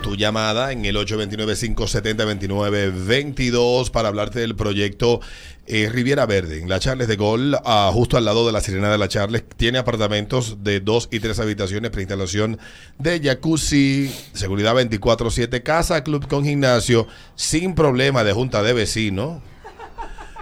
tu llamada en el 829-570-2922 para hablarte del proyecto eh, Riviera Verde en la Charles de Gaulle, ah, justo al lado de la Sirena de la Charles. Tiene apartamentos de dos y tres habitaciones, preinstalación de jacuzzi, seguridad 24-7, casa, club con gimnasio, sin problema de junta de vecinos.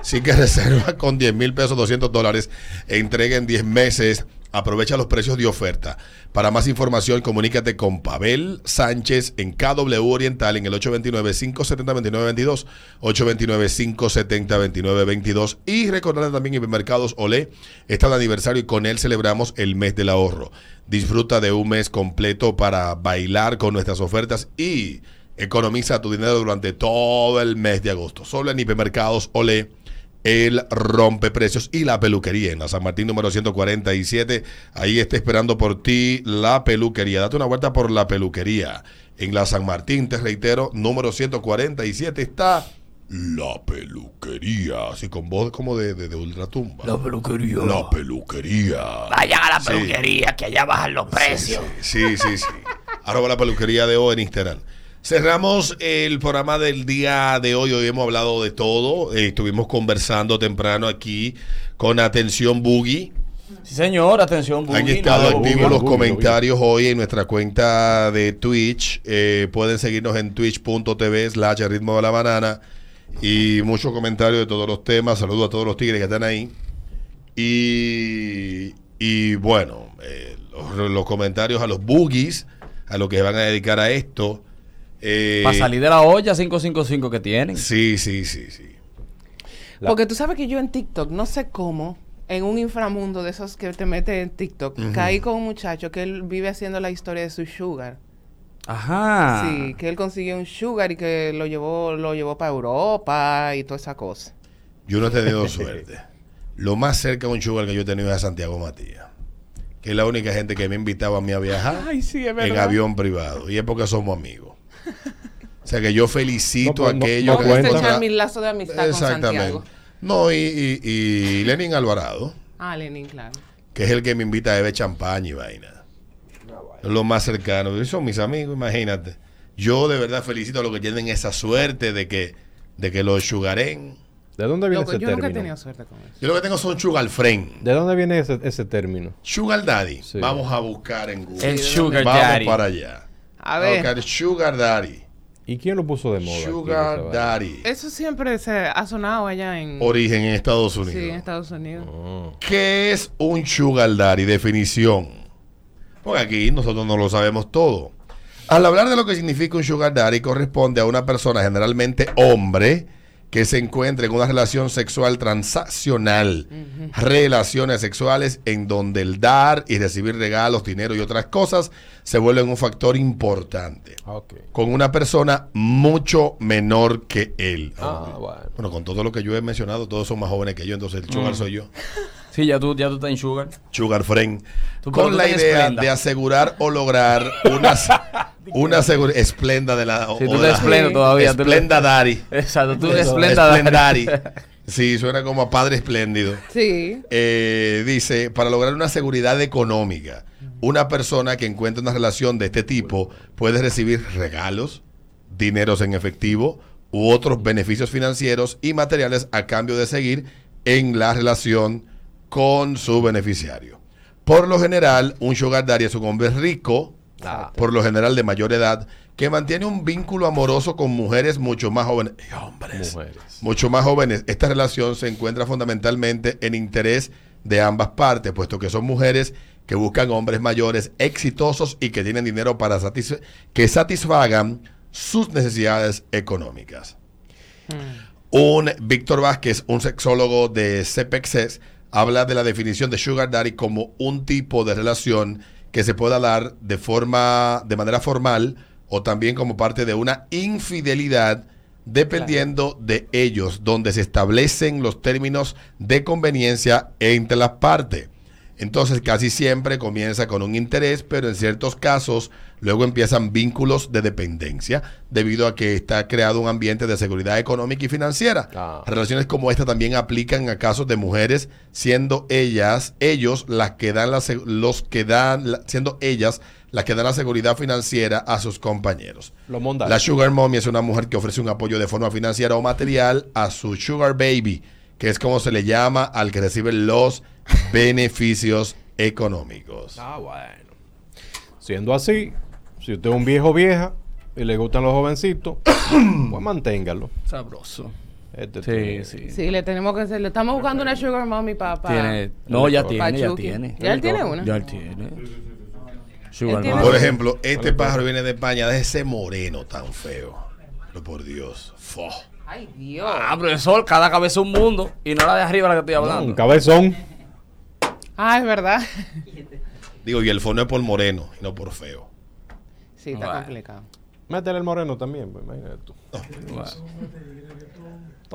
Así que reserva con 10 mil pesos, 200 dólares, e entrega en 10 meses. Aprovecha los precios de oferta. Para más información, comunícate con Pavel Sánchez en KW Oriental en el 829-570-2922, 829-570-2922. Y recordar también Hipermercados Olé está de aniversario y con él celebramos el mes del ahorro. Disfruta de un mes completo para bailar con nuestras ofertas y economiza tu dinero durante todo el mes de agosto. Solo en Hipermercados Olé. El rompe precios y la peluquería en la San Martín número 147. Ahí está esperando por ti la peluquería. Date una vuelta por la peluquería. En la San Martín, te reitero, número 147 está la peluquería. Así con voz como de, de, de ultratumba. La peluquería. La peluquería. Vayan a la Sí. peluquería, que allá bajan los precios. Sí, sí, sí. Arroba la peluquería de hoy en Instagram. Cerramos el programa del día de hoy. Hoy hemos hablado de todo. Eh, estuvimos conversando temprano aquí con Atención Boogie. Sí, señor, atención. Boogie, Han estado no, activos Boogie, los Boogie, comentarios hoy en nuestra cuenta de Twitch. Eh, pueden seguirnos en twitch.tv slash el ritmo de la banana. Y muchos comentarios de todos los temas. Saludos a todos los tigres que están ahí. Y, y bueno, eh, los, los comentarios a los boogies, a los que se van a dedicar a esto. eh, Para salir de la olla 555 que tienen. Sí, sí, sí, sí. La- Porque tú sabes que yo en TikTok, no sé cómo, en un inframundo de esos que te mete en TikTok, caí con un muchacho que él vive haciendo la historia de su sugar. Ajá. Sí, que él consiguió un sugar y que lo llevó, lo llevó para Europa y toda esa cosa. Yo no he tenido suerte. Lo más cerca de un sugar que yo he tenido es a Santiago Matías. Que es la única gente que me invitaba a mí a viajar Ay, sí, es en verdad. avión privado. Y es porque somos amigos. O sea que yo felicito No, a no, aquellos no que cuenta. contra- Estrechar mi lazo de amistad con Santiago. No, y, y, y Lenin Alvarado, Ah, Lenin, claro. que es el que me invita a beber champaña y vaina. Es Lo más cercano. Y Son mis amigos, imagínate. Yo de verdad felicito a los que tienen esa suerte de que, de que los sugarén. ¿De dónde viene Loco, ese yo nunca he tenido término? suerte con eso. Yo lo que tengo son sugar friend. ¿De dónde viene ese, ese término? Sugar Daddy. Sí. Vamos a buscar en Google. El Sugar Vamos Daddy. para allá. A ver. buscar Sugar Daddy. ¿Y quién lo puso de moda? aquí, esa Sugar vaina? Daddy. Eso siempre se ha sonado allá en, Origen en Estados sí, en Unidos. Estados Unidos. Oh. ¿Qué es un Sugar Daddy? Definición. Porque aquí nosotros no lo sabemos todo. Al hablar de lo que significa un Sugar Daddy, corresponde a una persona, generalmente hombre, que se encuentra en una relación sexual transaccional. Relaciones sexuales en donde el dar y recibir regalos, dinero y otras cosas se vuelven un factor importante. Ah, ok. con una persona mucho menor que él. Ah, bueno. Bueno, con todo lo que yo he mencionado, todos son más jóvenes que yo, entonces el Mm. sugar soy yo. Sí, ya tú, ya tú estás en Sugar. Sugar friend. Tú, pero con tú la tenés idea esplenda. de asegurar o lograr una, una segura- esplenda de la... Si o tú de te la- esplenda todavía. tú- Oh, Esplenda Dari. Exacto, tú Eso, esplenda. esplendari. Sí, suena como a padre espléndido. Sí. Eh, dice, para lograr una seguridad económica, una persona que encuentra una relación de este tipo puede recibir regalos, dineros en efectivo u otros beneficios financieros y materiales a cambio de seguir en la relación con su beneficiario. Por lo general, un sugar daddy es un hombre rico, por lo general de mayor edad, que mantiene un vínculo amoroso con mujeres mucho más jóvenes. Y hombres Mujeres. mucho más jóvenes. Esta relación se encuentra fundamentalmente en interés de ambas partes, puesto que son mujeres que buscan hombres mayores, exitosos y que tienen dinero para satisf- que satisfagan sus necesidades económicas. Un Víctor Vázquez, un sexólogo de CPXS, habla de la definición de Sugar Daddy como un tipo de relación que se pueda dar de forma, de manera formal o también como parte de una infidelidad dependiendo de ellos, donde se establecen los términos de conveniencia entre las partes. Entonces casi siempre comienza con un interés, pero en ciertos casos luego empiezan vínculos de dependencia debido a que está creado un ambiente de seguridad económica y financiera. Ah. Relaciones como esta también aplican a casos de mujeres siendo ellas, ellos las que dan la se- los que dan la- siendo ellas las que dan la seguridad financiera a sus compañeros. Lo monda. La Sugar Mommy es una mujer que ofrece un apoyo de forma financiera o material a su Sugar Baby, que es como se le llama al que recibe los beneficios económicos. Ah, bueno. Siendo así, si usted es un viejo o vieja y le gustan los jovencitos, pues manténgalo. Sabroso. Este Sí, tiene- sí. Sí, le tenemos que hacer- le estamos buscando una sugar mommy papá. Tiene, no, ya tiene, ya Pachuqui. tiene. ¿Ya él tiene una? Ya él tiene. Sugar Él tiene- Mama. Por ejemplo, este pájaro viene de España, de ese moreno tan feo. Pero por Dios, fo. Ay, Dios. Ah, pero el sol, cada cabeza un mundo. Y no la de arriba la que estoy No, un hablando. cabezón. Ah, es verdad. Digo, y el fono es por moreno y no por feo. Sí, está Bueno. complicado. Métele el moreno también, pues, imagínate tú.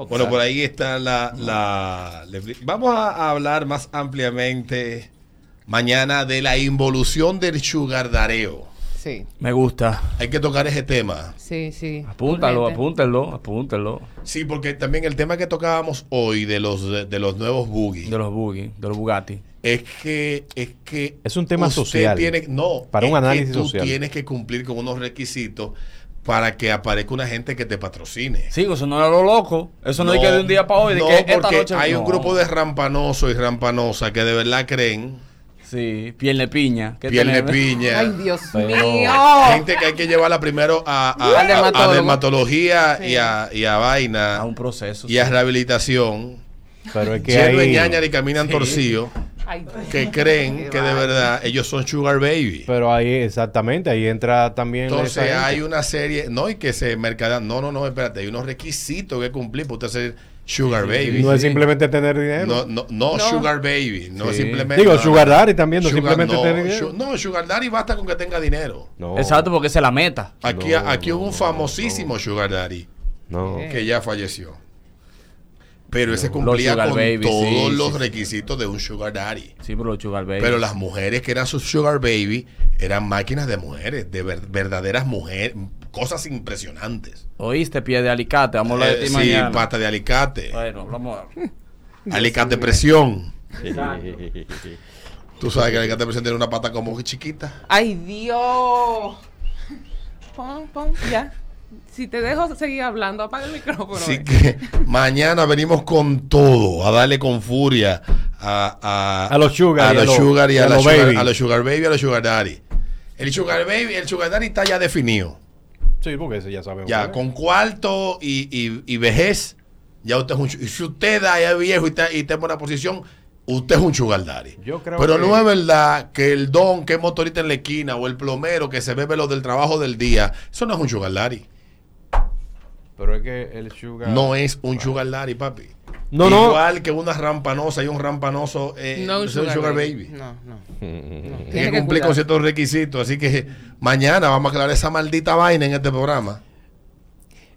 Bueno, por ahí está la... la- le- vamos a hablar más ampliamente mañana de la involución del sugardareo. Sí, Me gusta. Hay que tocar ese tema. sí, sí. Apúntalo, Urgente. apúntelo, apúntelo. Sí, porque también el tema que tocábamos hoy de los de, de los nuevos buggy De los buggy, de los Bugatti. es que es que Es un tema social. tiene- no, Para es un que análisis tú social. tienes que cumplir con unos requisitos para que aparezca una gente que te patrocine. Sí, eso no era lo loco. Eso no, es que de un día para hoy. De no, que esta porque noche- hay un No. grupo de rampanosos y rampanosas que de verdad creen Sí, piel de piña. ¿Qué piel de tenemos? piña. Ay, Dios Pero- mío. Gente que hay que llevarla primero a, a- Al a- a dermatólogo. dermatología y, Sí. a, y a vaina A Ah, un proceso. y a sí. rehabilitación. Pero es que Lleno de ahí... ñañas y caminan torcidos. Ay, Dios. que creen que de verdad ellos son Sugar Baby. Pero ahí, exactamente, ahí entra también... Entonces esa hay gente. una serie, no, y que se mercadean. No, no, no, espérate, hay unos requisitos que cumplir para usted ser Sugar Baby. No es Sí. simplemente tener dinero. No, no, no, No. Sugar Baby, no Sí. es simplemente. Digo, no, no, Sugar no. Daddy también, no simplemente no, tener dinero. su- no, Sugar Daddy basta con que tenga dinero. No. Oh. Exacto, porque esa es la meta. Aquí, No, aquí no, hubo no, un famosísimo Sugar Daddy No. Eh. que ya falleció. Pero ese cumplía Sugar con Baby, sí, todos sí, los sí, sí. requisitos de un Sugar Daddy. Sí, pero los Sugar Baby. Pero las mujeres que eran sus sugar baby eran máquinas de mujeres, de ver- verdaderas mujeres, cosas impresionantes. Oíste, pie de alicate. Vamos a hablar de Eh, ti sí, mañana. pata de alicate, Bueno, vamos a alicate presión. Exacto. Tú sabes que el alicate presión tiene una pata como que chiquita. Ay, Dios. Pon, pon, ya. Si te dejo seguir hablando, apaga el micrófono. Así eh. que mañana venimos con todo, a darle con furia a, A los sugar a y a los los- sugar y y a, a la los sugar- baby. a los sugar baby, a los sugar daddy. El sugar baby, el sugar daddy está ya definido. Sí, porque eso ya sabemos. Ya, cuál es. con cuarto y, y- y vejez, ya usted es un... chu- Y si usted da ya viejo y está, y está en buena posición, usted es un chugaldari. Yo creo Pero que- no es verdad que el don que es motorista en la esquina o el plomero que se bebe lo del trabajo del día, eso no es un chugaldari. Pero es que el sugar... No es un chugaldari, papi. No, no. Igual que una rampanosa y un rampanoso eh, No un es un sugar, baby. Tiene No, no. Mm. que cumplir con ciertos requisitos. Así que mañana vamos a aclarar esa maldita vaina en este programa.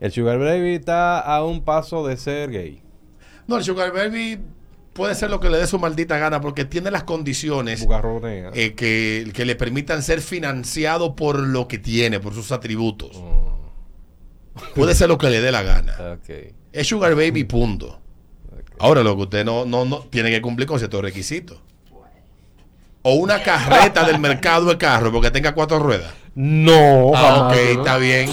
El sugar baby está a un paso de ser gay. No, el Sugar Baby puede ser lo que le dé su maldita gana porque tiene las condiciones Bugarronea. eh, que, que le permitan ser financiado por lo que tiene, por sus atributos. Mm. Puede ser lo que le dé la gana. Ok. Es Sugar Baby, punto. Ahora, lo que usted no, no, no tiene que cumplir con ciertos requisitos. O una carreta del mercado de carro porque tenga cuatro ruedas. No, Ah, jamás. ok, está bien.